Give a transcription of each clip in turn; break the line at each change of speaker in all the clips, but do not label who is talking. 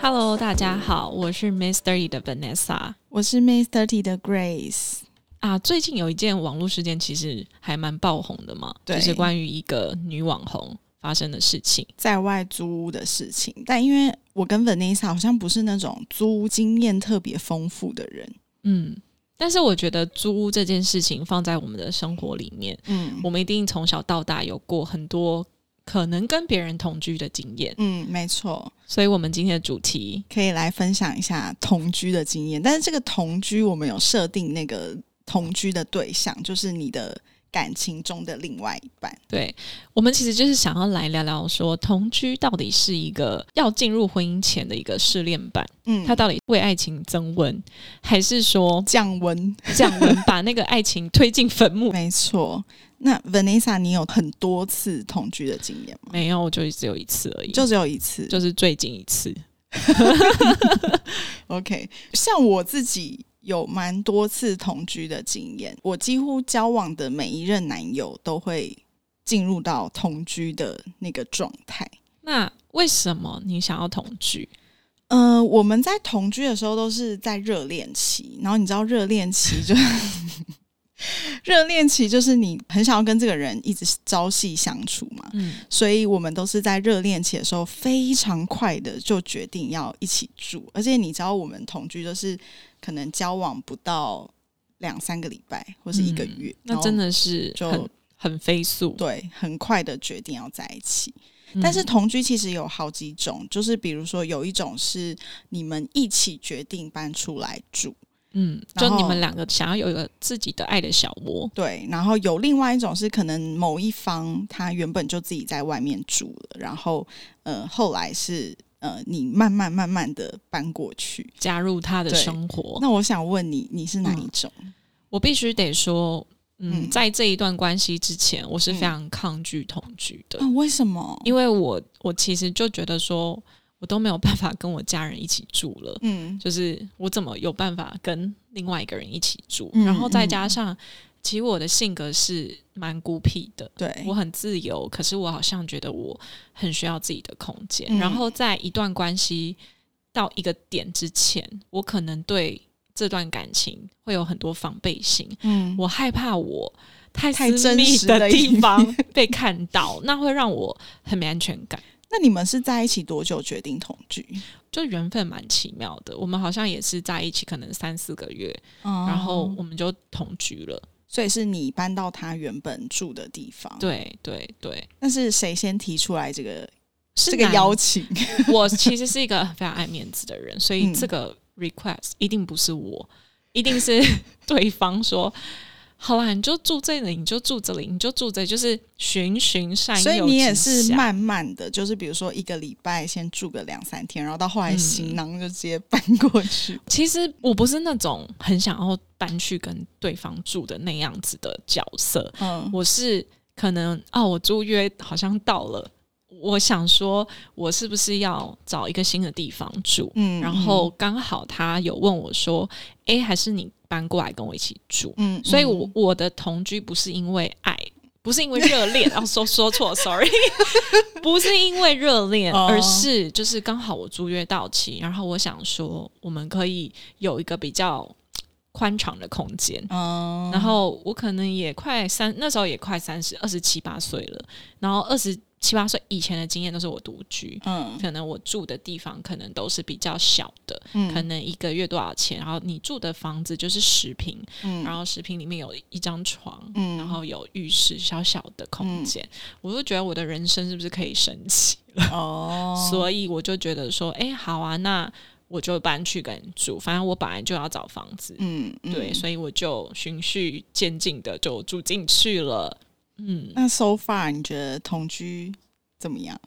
Hello，大家好，我是 Miss Thirty 的 Vanessa
我是 Miss Thirty 的 Grace，
啊。最近有一件网络事件，其实还蛮爆红的嘛，
对
就是关于一个女网红发生的事情。
在外租屋的事情，但因为我跟 Vanessa 好像不是那种租屋经验特别丰富的人，
嗯，但是我觉得租屋这件事情放在我们的生活里面，
嗯
我们一定从小到大有过很多可能跟别人同居的经验，
嗯，没错，
所以我们今天的主题
可以来分享一下同居的经验。但是这个同居，我们有设定那个同居的对象，就是你的感情中的另外一半。
对，我们其实就是想要来聊聊说，同居到底是一个要进入婚姻前的一个试炼版，
嗯，
它到底为爱情增温，还是说
降温，
降温，把那个爱情推进坟 墓？
没错。那 Vanessa，你有很多次同居的经验吗？
没有，就只有一次而已，
就只有一次。
就是最近一次。
OK，像我自己有蛮多次同居的经验，我几乎交往的每一任男友都会进入到同居的那个状态。
那为什么你想要同居？
呃，我们在同居的时候都是在热恋期，然后你知道热恋期 就热恋期就是你很想要跟这个人一直朝夕相处嘛，
嗯，
所以我们都是在热恋期的时候非常快的就决定要一起住，而且你知道我们同居就是可能交往不到两三个礼拜或是一个月，
嗯那真
的
的是
就
很很飞速。
对很快的决定要在一起。
嗯
但是同居其实有好几种，就是比如说有一种是你们一起决定搬出来住，
嗯，
然
就
后
你们两个想要有一个自己的爱的小窝，
对，然后有另外一种是可能某一方他原本就自己在外面住了，然后呃后来是呃你慢慢慢慢的搬过去。
加入他的
对
生活。
那我想问你，你是哪
嗯
一种？
我必须得说，嗯，
嗯
在这一段关系之前，我是非
嗯
常抗拒同居的，
啊、为什么？
因为我我其实就觉得说，我都没有办法跟我家人一起住了。
嗯
就是我怎么有办法跟另外一个人一起住？
嗯
然后再
嗯
加上，其实我的性格是蛮孤僻的，
对，
我很自由，可是我好像觉得我很需要自己的空间。
嗯
然后在一段关系到一个点之前，我可能对这段感情会有很多防备心，
嗯
我害怕我太
太
私
真
密
实的一
地
面
方被看到，那会让我很没安全感。
那你们是在一起多久决定同居？
就缘分蛮奇妙的，我们好像也是在一起可能三四个月，然
然
后我们就同居了。
嗯所以是你搬到他原本住的地方，。
对对对，
但是谁先提出来这个
是
这个
男
邀请？
我其实是一个非常爱面子的人，所以
嗯
这个 request 一定不是我，一定是 对方说。好啦，你就住这里，你就住这里，你就住这里就是循循善诱。
所以你也是，慢慢的，就是比如说一个礼拜先住个两三天，然后到后来
嗯
行囊就直接搬过去。
其实我不是那种很想要搬去跟对方住的那样子的角色，
嗯，
我是可能哦，我租约好像到了，我想说，我是不是要找一个新的地方住？
嗯
然后刚好他有问我说：“诶，还是你搬过来跟我一起住？”
嗯，嗯
所以我，我的同居不是因为爱，不是因为热 恋，哦，说说错，sorry，不是因为热恋，
哦
而是就是刚好我租约到期，然后我想说我们可以有一个比较宽敞的空间，
嗯，
然后我可能也快三，那时候也快三十，二十七八岁了。然后二十七八岁以前的经验都是我独居，
嗯
可能我住的地方可能都是比较小的，
嗯
可能一个月多少钱？然后你住的房子就是十平，
嗯
然后十平里面有一张床，
嗯
然后有浴室，小小的空间。我就觉得我的人生是不是可以升级？
哦，
所以我就觉得说，哎，好啊，那我就搬去跟你住，反正我本来就要找房子，
嗯，嗯
对，所以我就循序渐进的就住进去了。嗯，
那 so far 你觉得同居怎么样？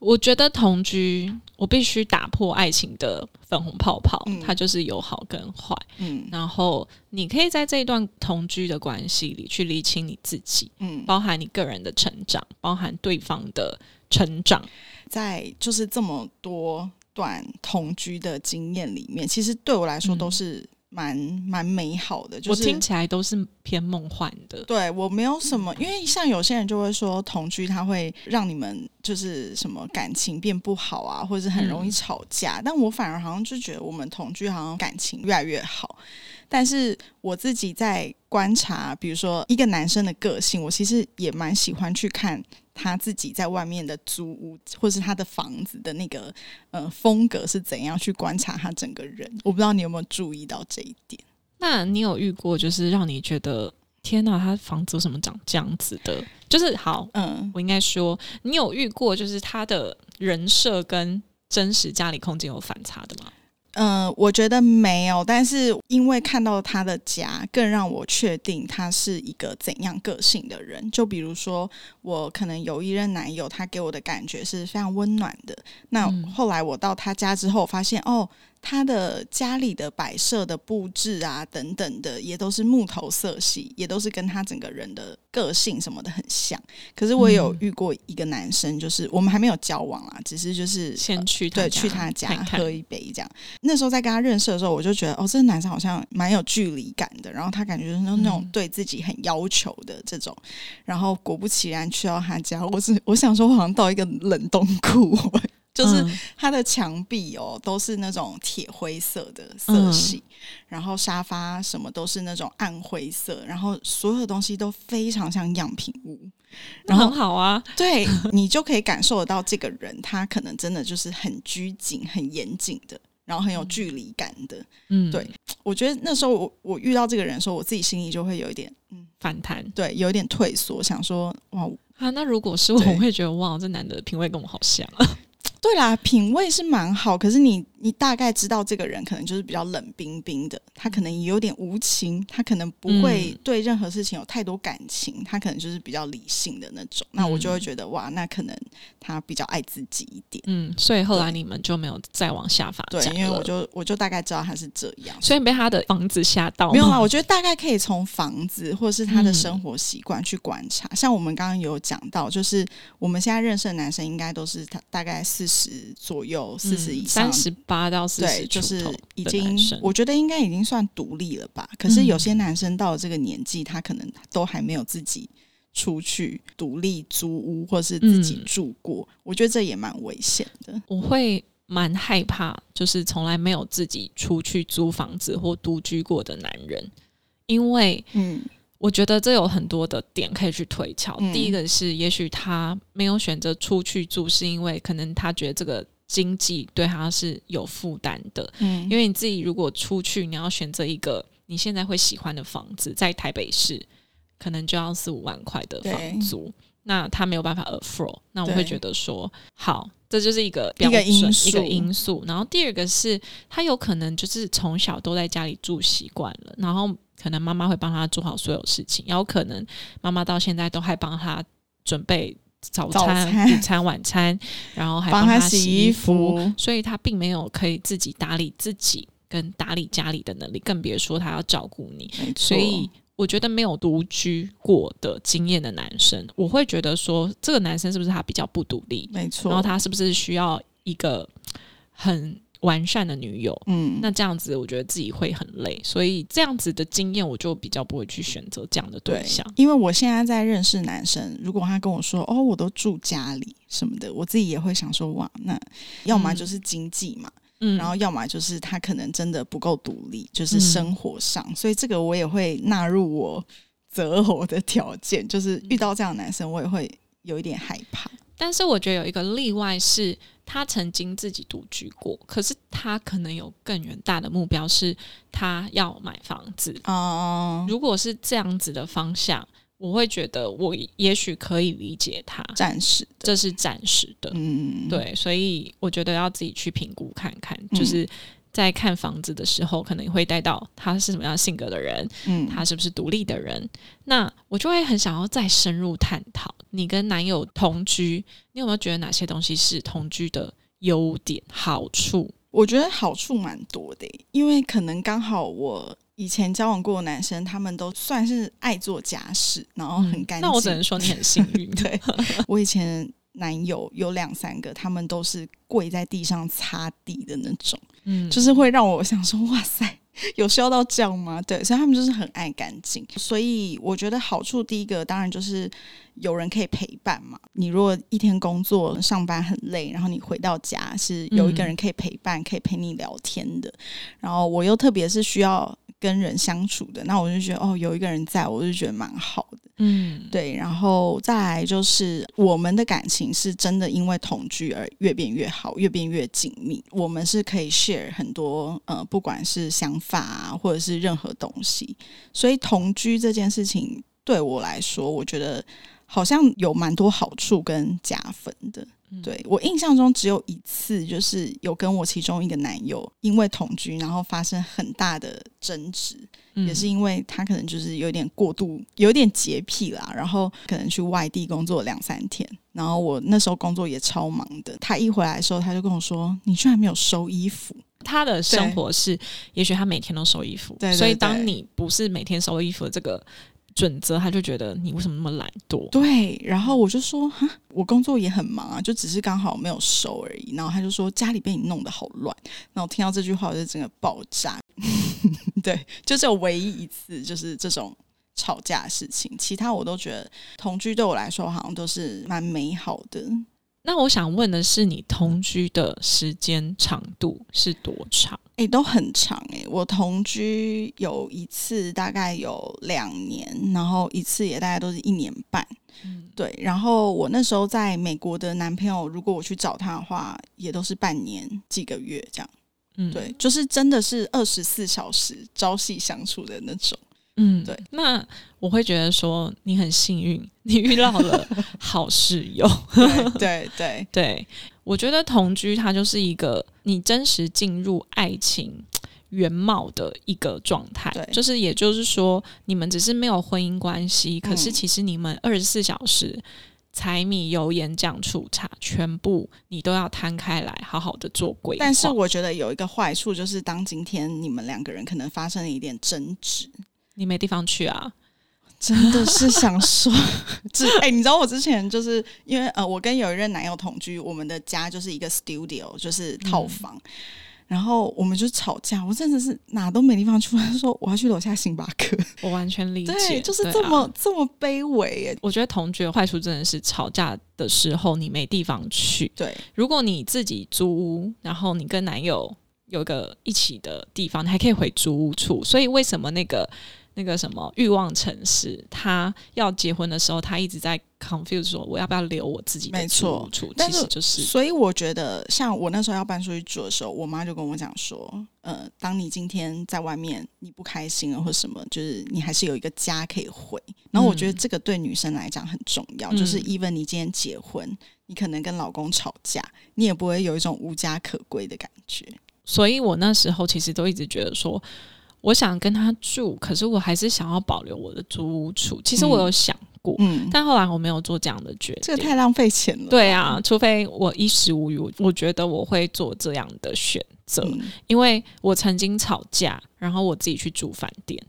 我觉得同居，我必须打破爱情的粉红泡泡，
嗯
它就是有好跟坏。
嗯
然后你可以在这一段同居的关系里去理清你自己，
嗯，
包含你个人的成长，包含对方的成长。
在就是这么多段同居的经验里面，其实对我来说
嗯
都是蛮蛮、美好的。就是
我听起来都是偏梦幻的。
对我没有什么，因为像有些人就会说同居它会让你们就是什么感情变不好啊，或者是很容易
嗯
吵架。但我反而好像就觉得我们同居好像感情越来越好。但是我自己在观察，比如说一个男生的个性，我其实也蛮喜欢去看他自己在外面的租屋或是他的房子的那个呃风格是怎样去观察他整个人。我不知道你有没有注意到这一点。
那你有遇过就是让你觉得天哪，他房子为什么长这样子的？就是好，
嗯，
我应该说，你有遇过就是他的人设跟真实家里空间有反差的吗？
嗯，我觉得没有，但是因为看到他的家，更让我确定他是一个怎样个性的人。就比如说，我可能有一任男友，他给我的感觉是非常温暖的。那
嗯
后来我到他家之后，发现哦，他的家里的摆设的布置啊，等等的，也都是木头色系，也都是跟他整个人的个性什么的很像。可是我有
嗯
遇过一个男生，就是我们还没有交往啦，只是就是
先去他
呃对，
家
去他家
看一看
喝一杯这样。那时候在跟他认识的时候，我就觉得哦，这个男生好像蛮有距离感的，然后他感觉就是那种
嗯
对自己很要求的这种。然后果不其然去到他家，我是我想说，我好像到一个冷冻库， 就是
嗯
它的墙壁哦都是那种铁灰色的
嗯
色系，然后沙发什么都是那种暗灰色，然后所有东西都非常像样品屋。
那
然后
很好啊，
对你就可以感受得到这个人，他可能真的就是很拘谨、很严谨的，然后很有距离感的。
嗯，
对，我觉得那时候我我遇到这个人的时候，我自己心里就会有一点，嗯，
反弹
对，有一点退缩，想说哇，
啊。那如果是我，
对
我会觉得哇，这男的品味跟我好像。
对啦，品味是蛮好，可是你你大概知道这个人可能就是比较冷冰冰的，他可能也有点无情，他可能不会
嗯
对任何事情有太多感情，他可能就是比较理性的那种。那我就会觉得哇，那可能他比较爱自己一点。
嗯，所以后来
对
你们就没有再往下发
对
展，
因为我
了
就我就大概知道他是这样。
所以你被他的房子吓到吗
没有啊啦，我觉得大概可以从房子或是
嗯
他的生活习惯去观察。像我们刚刚有讲到，就是我们现在认识的男生应该都是他大概四十左右、四十以上
嗯三，十八到四
对，
十出
就
头
是
的
已经
男生，
我觉得应该已经算独立了吧。可是有
嗯
些男生到了这个年纪，他可能都还没有自己出去独立租屋或是自己
嗯
住过，我觉得这也蛮危险的。
我会蛮害怕，就是从来没有自己出去租房子或独居过的男人，因为
嗯
我觉得这有很多的点可以去推敲。
嗯
第一个是，也许他没有选择出去住，是因为可能他觉得这个经济对他是有负担的。
嗯，
因为你自己如果出去，你要选择一个你现在会喜欢的房子，在台北市可能就要四五万块的
对
房租，那他没有办法 afford，那我会
对
觉得说，好，这就是一个标
一个
准，一
因
个
素
因素。然后第二个是他有可能就是从小都在家里住习惯了，然后可能妈妈会帮他做好所有事情，也有可能妈妈到现在都还帮他准备。早
早
餐、
餐
午餐、晚餐，然后还
帮
他
他
洗
洗衣
服，
服，
所以他并没有可以自己打理自己跟打理家里的能力，更别说他要照顾你。
没错
所以我觉得没有独居过的经验的男生，我会觉得说这个男生是不是他比较不独立，
没错，
然后他是不是需要一个很完善的女友？
嗯，
那这样子，我觉得自己会很累，所以这样子的经验，我就比较不会去选择这样的对象。
因为我现在在认识男生，如果他跟我说哦，我都住家里什么的，我自己也会想说哇，那要么就是经济嘛，
嗯，
然后要么就是他可能真的不够独立，就是生活上，所以这个我也会纳入我择偶的条 件，就是遇到这样的男生，我也会有一点害怕。
但是我觉得有一个例外是，他曾经自己独居过，可是他可能有更远大的目标，是他要买房子。
哦、
如果是这样子的方向，我会觉得我也许可以理解他，
暂时的，
这是暂时的，
嗯，
对，所以我觉得要自己去评估看看，
嗯
就是在看房子的时候，可能会带到他是什么样性格的人，
嗯，
他是不是独立的人。那我就会很想要再深入探讨，你跟男友同居，你有没有觉得哪些东西是同居的优点、好处？
我觉得好处蛮多的耶，因为可能刚好我以前交往过的男生，他们都算是爱做家事，然后哦很干净。
嗯那我只能说你很幸 运。
对我以前男友有两三个，他们都是跪在地上擦地的那种，
嗯，
就是会让我想说，哇塞。 有需要到这样吗？对，所以他们就是很爱干净，所以我觉得好处第一个当然就是有人可以陪伴嘛。你如果一天工作上班很累，然后你回到家是有一个人可以陪伴，可以陪你聊天的。然后我又特别是需要跟人相处的，那我就觉得哦，有一个人在我就觉得蛮好的。
嗯，
对，然后再来就是我们的感情是真的因为同居而越变越好，越变越紧密。我们是可以 share 很多呃，不管是想法啊，或者是任何东西。所以同居这件事情对我来说，我觉得好像有蛮多好处跟加分的。
嗯
对我印象中只有一次，就是有跟我其中一个男友因为同居，然后发生很大的争执。
嗯
也是因为他可能就是有点过度，有点洁癖啦，然后可能去外地工作两三天，然后我那时候工作也超忙的，他一回来的时候他就跟我说：“你居然没有收衣服。
他的生活是，也许他每天都收衣服，
对对
所以
对
当你不是每天收衣服的这个准则，他就觉得你为什么那么懒惰”？
对，然后我就说：“哈，我工作也很忙啊，就只是刚好没有收而已。”然后他就说：“家里被你弄得好乱。”然后我听到这句话我就整个爆炸。 对，就只有唯一一次就是这种吵架的事情，其他我都觉得同居对我来说好像都是蛮美好的。
那我想问的是，你同居的时间长度是多长？
诶、都很长诶、我同居有一次大概有两年，然后一次也大概都是一年半。
嗯，
对，然后我那时候在美国的男朋友，如果我去找他的话，也都是半年几个月这样。
嗯
对，，就是真的是二十四小时朝夕相处的 那种。
嗯，
对。
那我会觉得说你很幸运， 你遇到了好室友。
对对 对，
对，我觉得同居它就是一个你真实进入爱情原貌的一个状态
对，
就是也就是说，你们只是没有婚姻关系，可是
嗯
其实你们二十四小时。柴米油盐酱醋茶，全部你都要摊开来，好好的做规划。
但是我觉得有一个坏处就是，当今天你们两个人可能发生了一点争执，
你没地方去啊，
真的是想 说，之哎、你知道我之前就是因为呃，我跟有一任男友同居，我们的家就是一个 studio，就是
嗯
套房。然后我们就吵架，我真的是哪都没地方去。我就说我要去楼下星巴克，
我完全理解。
对，就是
啊
这么、这么卑微耶。
我觉得同居的坏处真的是吵架的时候你没地方去。
对
如果你自己租屋，然后你跟男友有一个一起的地方，你还可以回租屋处。所以为什么那个那个什么欲望城市，他要结婚的时候，他一直在 confuse 说我要不要留我自己的
没
租
错
屋处？其
但是
实就是
所以我觉得，像我那时候要搬出去住的时候，我妈就跟我讲说，呃，当你今天在外面你不开心了或什么，就是你还是有一个家可以回。然后我觉得这个对女生来讲很重要，
嗯
就是 even 你今天结婚，你可能跟老公吵架，你也不会有一种无家可归的感觉。
所以我那时候其实都一直觉得说，我想跟他住，可是我还是想要保留我的租屋处。其实我有想过，
嗯，
但后来我没有做这样的决定。
这个太浪费钱了。
对啊，除非我衣食无余，我我觉得我会做这样的选择，
嗯，
因为我曾经吵架，然后我自己去住饭店。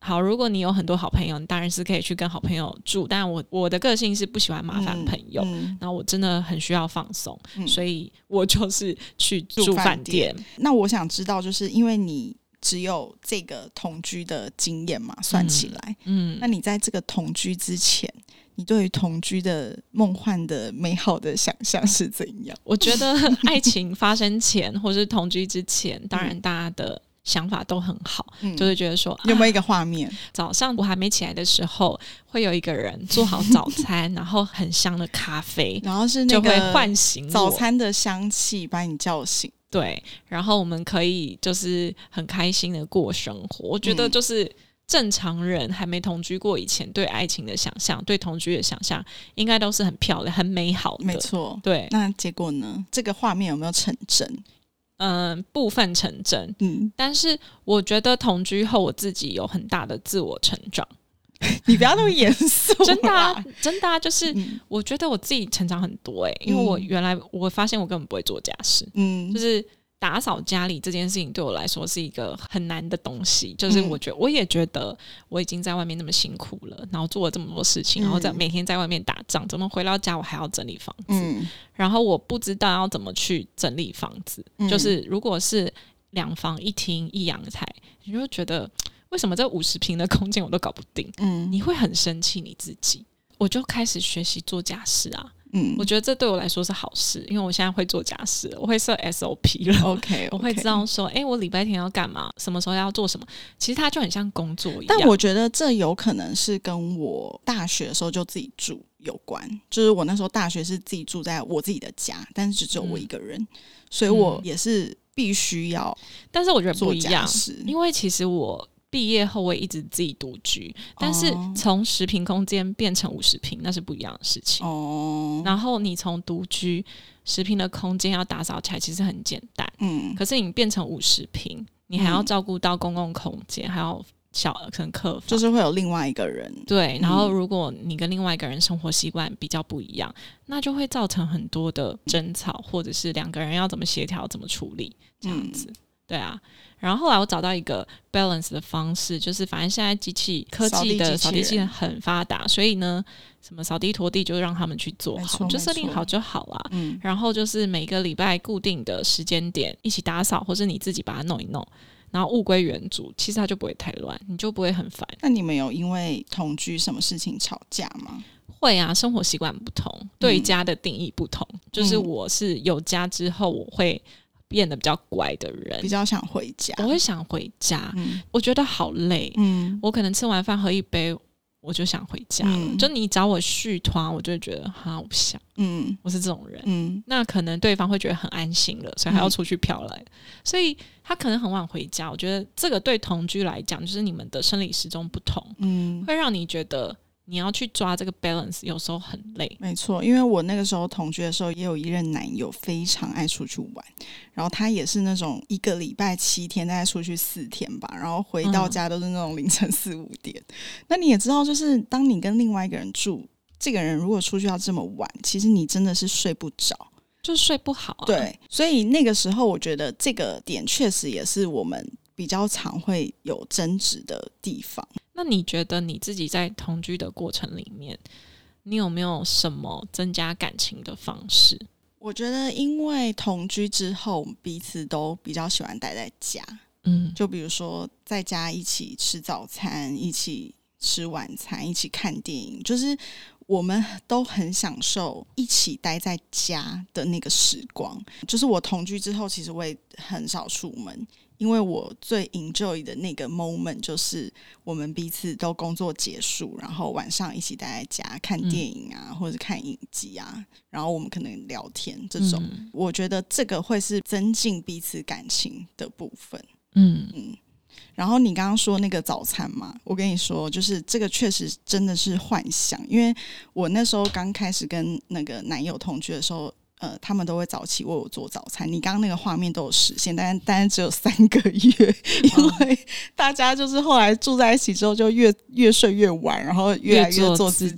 好，如果你有很多好朋友，你当然是可以去跟好朋友住，但我我的个性是不喜欢麻烦朋友。
嗯
那我真的很需要放松，
嗯
所以我就是去
住
住
饭
饭店。
那我想知道，就是因为你只有这个同居的经验嘛，算起来。
嗯，
那你在这个同居之前，你对于同居的梦幻的美好的想象是怎样？
我觉 得爱情发生前或是同居之前，当然大家的想法都很好，
嗯，
就是觉得说
有
啊
没有一个画面？
早上我还没起来的时候，会有一个人做好早餐，然后很香的咖啡，
然后是那
就会
个
唤醒我
早。餐的香气把你叫醒，
对，然后我们可以就是很开心的过生活。我觉得
嗯
就是正常人还没同居过以前，对爱情的想象，对同居的想象，应该都是很漂亮、很美好的。
没错。
对，
那结果呢？这个画面有没有成真？
嗯、部分成真，
嗯，
但是我觉得同居后我自己有很大的自我成长，
你不要那么严肃 啦，
真的、啊、真的、啊、就是
嗯
我觉得我自己成长很多诶、欸因为我
嗯
原来我发现我根本不会做家事，
嗯，
就是打扫家里这件事情对我来说是一个很难的东西。就是
嗯
我觉得、我也觉得我已经在外面那么辛苦了，然后做了这么多事情，然后在
嗯
每天在外面打仗，怎么回到家我还要整理房子？
嗯
然后我不知道要怎么去整理房子。
嗯
就是如果是两房一厅一阳台，你就会觉得为什么这五十平的空间我都搞不定？
嗯
你会很生气你自己。我就开始学习做家事啊，
嗯
我觉得这对我来说是好事，因为我现在会做家事了，我会设 SOP 了。
哦，OK，
我会知。道说，哎、我礼拜天要干嘛，什么时候要做什么。其实它就很像工作一样。
但我觉得这有可能是跟我大学的时候就自己住有关，就是我那时候大学是自己住在我自己的家，但是只有
嗯
我一个人，所以我也是必须要
但是我觉得不
做
一
家
样，
事。
因为其实我毕业后我也一直自己独居，但是
哦
从十平空间变成五十平，那是不一样的事情。
哦，
然后你从独居十平的空间要打扫起来，其实很简单。
嗯
可是你变成五十平，你还要照顾到公共空间，还有小可能客房，
就是会有另外一个人，
对，然后
嗯
如果你跟另外一个人生活习惯比较不一样，那就会造成很多的争吵，或者是两个人要怎么协调、怎么处理这
嗯
样子。对啊，然后后来我找到一个 balance 的方式，就是反正现在机器科
扫
技
地
的
机器
扫地机
人
很发达，所以呢，什么扫地拖地就让他们去做
没
好，
错
就
没
设定
错
好就好啦。
嗯
然后就是每个礼拜固定的时间点一起打扫，或是你自己把它弄一弄，然后物归原主，其实它就不会太乱，你就不会很烦。
那你们有因为同居什么事情吵架吗？
会啊，生活习惯不同，对
嗯
家的定义不同。就是我是有家之后，我会变得比较乖的人
比，较想回家，
嗯我会想回家，
嗯
我觉得好累，
嗯
我可能吃完饭喝一杯。我就想回家了，
嗯
就你找我续团，我就会觉得哈，我不想，
嗯
我是这种人。
嗯
那可能对方会觉得很安心了，所以他要出去飘来，所以他可能很晚回家。我觉得这个对同居来讲，就是你们的生理时钟不同，
嗯，
会让你觉得你要去抓这个 balance，有时候很累。
没错，因为我那个时候同居的时候，也有一任男友非常爱出去玩，然后他也是那种一个礼拜七天，大概出去四天吧，然后回到
嗯
家都是那种凌晨四五点。那你也知道，就是当你跟另外一个人住，这个人如果出去要这么晚，其实你真的是睡不着。
就睡不好、啊。，
对，所以那个时候我觉得这个点确实也是我们比较常会有争执的地方。
那你觉得你自己在同居的过程里面，你有没有什么增加感情的方式？
我觉得因为同居之后，彼此都比较喜欢待在家，
嗯，
就比如说在家一起吃早餐，一起吃晚餐，一起看电影，就是我们都很享受一起待在家的那个时光。就是我同居之后，其实我也很少出门，因为我最 enjoy 的那个 moment 就是我们彼此都工作结束，然后晚上一起待在家看
嗯
电影啊，或者是看影集啊，然后我们可能聊天这种。
嗯
我觉得这个会是增进彼此感情的部分。
嗯
嗯，然后你刚刚说那个早餐嘛，我跟你说，就是这个确实真的是幻想，因为我那时候刚开始跟那个男友同居的时候。呃，他们都会早起为我做早餐。你刚刚那个画面都有实现，但但是只有三个月，因为大家就是后来住在一起之后，就越越睡越晚，然后越来越做自己。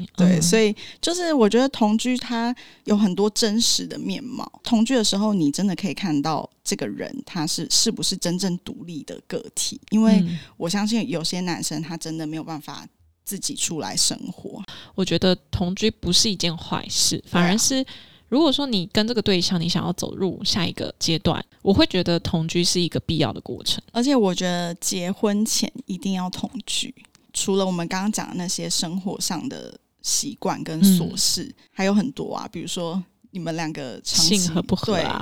己
对，所
以
以就是我觉得同居它有很多真实的面貌。同居的时候，你真的可以看到这个人他是是不是真正独立的个体，因为
嗯
我相信有些男生他真的没有办法自己出来生活。
我觉得同居不是一件坏事，反
对
而
啊
是如果说你跟这个对象你想要走入下一个阶段，我会觉得同居是一个必要的过程。
而且我觉得结婚前一定要同居，除了我们刚刚讲的那些生活上的习惯跟琐事，还有很多啊，比如说你们两个长期
性合不合
对
啊？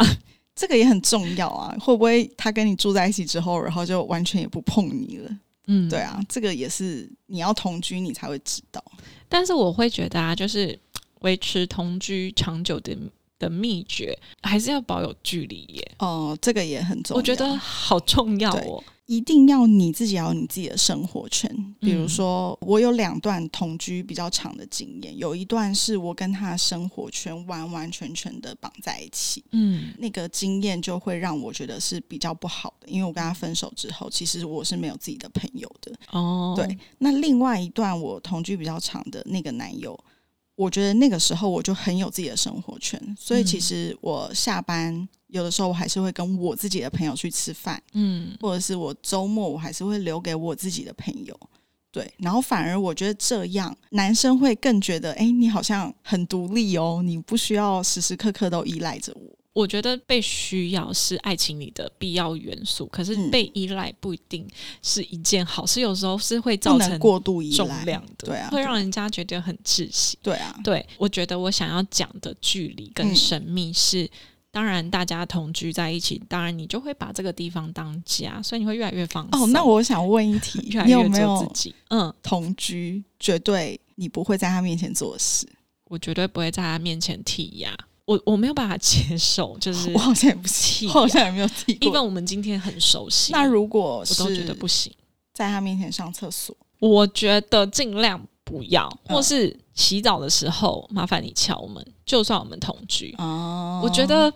这个也很重要啊，会不会他跟你住在一起之后，然后就完全也不碰你了？
嗯，
对啊，这个也是你要同居你才会知道。
但是我会觉得啊，就是维持同居长久的的秘诀，还是要保有距离耶。
哦，这个也很重要。
我觉得好重要哦。
一定要你自己要有你自己的生活圈。
嗯
比如说，我有两段同居比较长的经验，有一段是我跟他的生活圈完完全全的绑在一起，
嗯，
那个经验就会让我觉得是比较不好的，因为我跟他分手之后，其实我是没有自己的朋友的。
哦，
对，那另外一段我同居比较长的那个男友，我觉得那个时候我就很有自己的生活圈，所以
嗯
其实我下班有的时候我还是会跟我自己的朋友去吃饭。
嗯，
或者是我周末我还是会留给我自己的朋友。对，然后反而我觉得这样，男生会更觉得，哎，你好像很独立哦，你不需要时时刻刻都依赖着我。
我觉得被需要是爱情里的必要元素，可是
嗯
被依赖不一定是一件好事，有时候是会
不
造
能
成
过度依
重
赖。
量的，
对啊
会
对
让人家觉得很窒息。
对啊，
对，我觉得我想要讲的距离跟
嗯
神秘是，当然大家同居在一起，当然你就会把这个地方当家，所以你会越来越放松。，
哦，那我想问一题
越来
你有
越
没
做
有
自己。嗯，
同居绝对你不会在他面前做的事？
我绝对不会在他面前剔牙，我我没有办法接受，就是
我好像也不
剔
是，
牙
我好像也没有提
因为
过。
我们今天很熟悉，
那如果
我都觉
是
得不行。
在他面前上厕所，
我觉得尽量不要，
嗯
或是洗澡的时候麻烦你敲门，就算我们同居，
哦，
嗯我觉得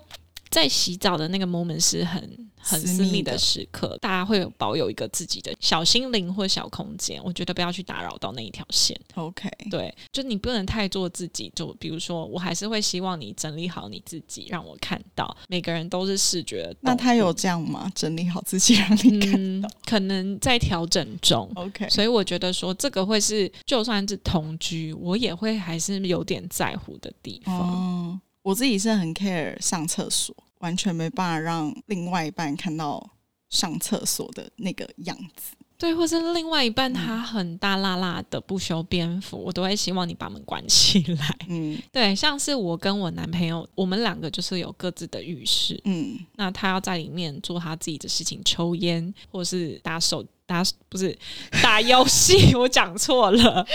在洗澡的那个 moment 是很很
私
私密
密
的
的
时刻，大家会有保有一个自己的小心灵或小空间。我觉得不要去打扰到那一条线。
OK，
对，就你不能太做自己。就比如说，我还是会希望你整理好你自己，让我看到每个人都是视觉的
那
动
他有
物
这样吗？整理好自己让你看
哦嗯，可能在调整中。
OK，
所以我觉得说，这个会是就算是同居，我也会还是有点在乎的地方。
哦，我自己是很 care 上厕所，完全没办法让另外一半看到上厕所的那个样子。
对，或是另外一
嗯
半他很大辣辣的不修边幅，我都会希望你把门关起来。
嗯
对，像是我跟我男朋友，我们两个就是有各自的浴室，
嗯，
那他要在里面做他自己的事情，抽烟或是打手打不是打游戏，我讲错了，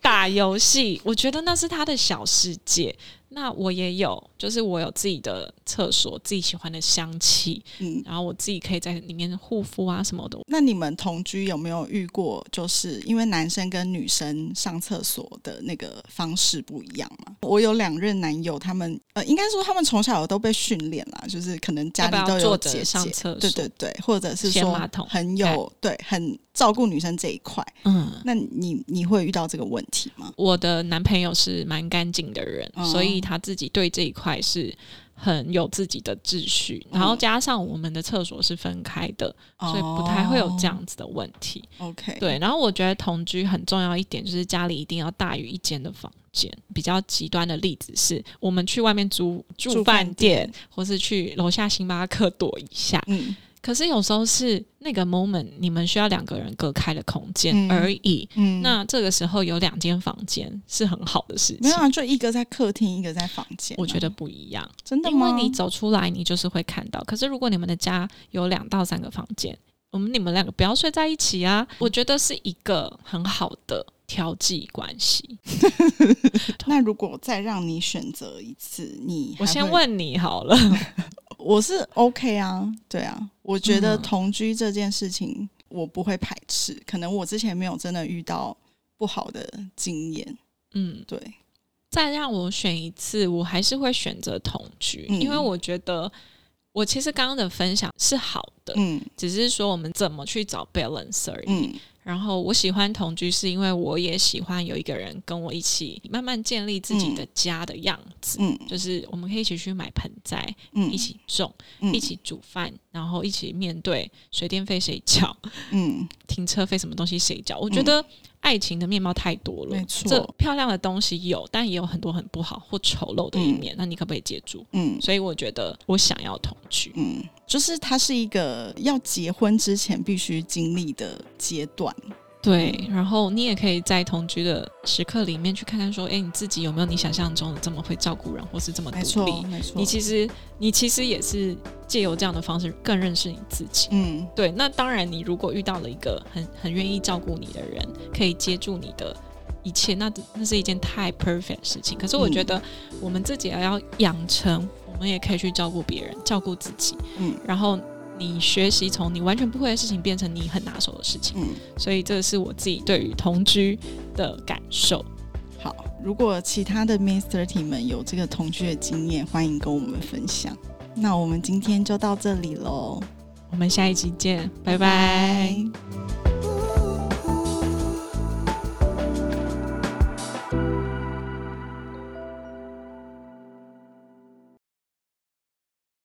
打游戏。我觉得那是他的小世界。那我也有，就是我有自己的厕所，自己喜欢的香气，
嗯，
然后我自己可以在里面护肤啊什么的。
那你们同居有没有遇过，就是因为男生跟女生上厕所的那个方式不一样嘛？我有两任男友，他们呃，应该说他们从小有都被训练啦，就是可能家
要
里
不
都
要
有
坐着
姐
上
姐，
厕所？
对对对，或者是
掀
说
马桶
很有对很照顾女生这一块。
嗯，
那你你会遇到这个问题吗？
我的男朋友是蛮干净的人，
哦
所以他自己对这一块是很有自己的秩序。
嗯
然后加上我们的厕所是分开的，所以不太会有这样子的问题。
哦。OK，，
对，然后我觉得同居很重要一点就是家里一定要大于一间的房间。比较极端的例子是我们去外面租住
住
饭
饭
店，或是去楼下星巴克躲一下。
嗯，
可是有时候是那个 moment，你们需要两个人隔开的空间
嗯
而已。
嗯，
那这个时候有两间房间是很好的事
没
情
有。啊，就一个在客厅，一个在房间啊、
我觉得不一样，
真的
因为
吗？
你走出来，你就是会看到。可是如果你们的家有两到三个房间，我们你们两个不要睡在一起啊，我觉得是一个很好的调剂关系。
那如果再让你选择一次，你还
我先
会，
问你好了，
我是 OK 啊，对啊，我觉得
嗯
同居这件事情我不会排斥，可能我之前没有真的遇到不好的经验，
嗯，
对，
再让我选一次，我还是会选择同居，
嗯
因为我觉得我其实刚刚的分享是好的，
嗯
只是说我们怎么去找 balance 而已。
嗯
然后我喜欢同居，是因为我也喜欢有一个人跟我一起慢慢建立自己的家的样子。
嗯
就是我们可以一起去买盆栽，
嗯，
一起种，
嗯
一起煮饭，然后一起面对水电费谁缴，
嗯
停车费什么东西谁缴。我觉得爱情的面貌太多了，
没错
这漂亮的东西有，但也有很多很不好或丑陋的一面。那你可不可以接住？
嗯
所以我觉得我想要同居。
嗯，就是它是一个要结婚之前必须经历的阶段，
对，然后你也可以在同居的时刻里面去看看，说，哎，你自己有没有你想象中的这么会照顾人，或是这么
没
独
错
立？
没错，
你其实，你其实也是借由这样的方式更认识你自己。
嗯
对，那当然，你如果遇到了一个很很愿意照顾你的人，可以接住你的一切，那那是一件太 perfect 的事情。可是我
嗯
觉得我们自己也要养成，我们也可以去照顾别人，照顾自己，
嗯
然后你学习从你完全不会的事情变成你很拿手的事情。
嗯，
所以这是我自己对于同居的感受。
好。如果其他的 Mister T 们有这个同居的经验，欢迎跟我们分享。那我们今天就到这里喽，
我们下一集见，拜拜
拜